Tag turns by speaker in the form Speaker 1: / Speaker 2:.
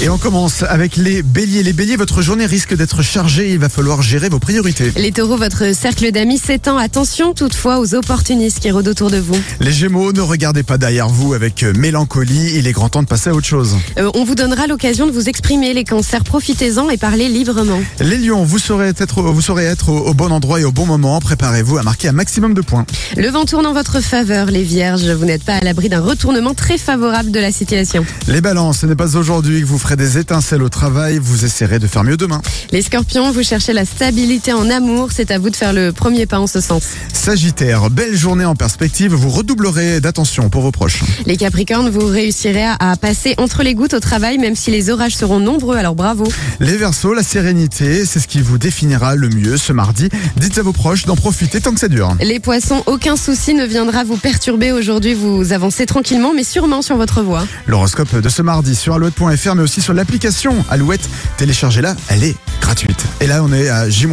Speaker 1: Et on commence avec les béliers. Les béliers, votre journée risque d'être chargée, il va falloir gérer vos priorités.
Speaker 2: Les taureaux, votre cercle d'amis s'étend. Attention toutefois aux opportunistes qui rôdent autour de vous.
Speaker 1: Les gémeaux, ne regardez pas derrière vous avec euh, mélancolie, il est grand temps de passer à autre chose.
Speaker 2: Euh, on vous donnera l'occasion de vous exprimer les cancers. Profitez-en et parlez librement.
Speaker 1: Les lions, vous saurez être, vous saurez être au, au bon endroit et au bon moment, préparez-vous à marquer un maximum de points.
Speaker 2: Le vent tourne en votre faveur, les vierges. Vous n'êtes pas à l'abri d'un retournement très favorable de la situation.
Speaker 1: Les balances, ce n'est pas aujourd'hui que vous ferez des étincelles au travail, vous essaierez de faire mieux demain.
Speaker 2: Les scorpions, vous cherchez la stabilité en amour. C'est à vous de faire le premier pas en ce sens.
Speaker 1: Sagittaire, belle journée en perspective, vous redoublerez d'attention pour vos proches.
Speaker 2: Les capricornes, vous réussirez à- à passer entre les gouttes au travail, même si les orages seront nombreux. Alors bravo.
Speaker 1: Les versos, la sérénité, c'est ce qui vous définira le mieux ce mardi. Dites à vos proches d'en profiter tant que ça dure.
Speaker 2: Les poissons, aucun souci ne viendra vous perturber aujourd'hui. Vous avancez tranquillement, mais sûrement sur votre voie.
Speaker 1: L'horoscope de ce mardi sur alouette.fr mais aussi sur l'application Alouette. Téléchargez-la, elle est gratuite. Et là, on est à J-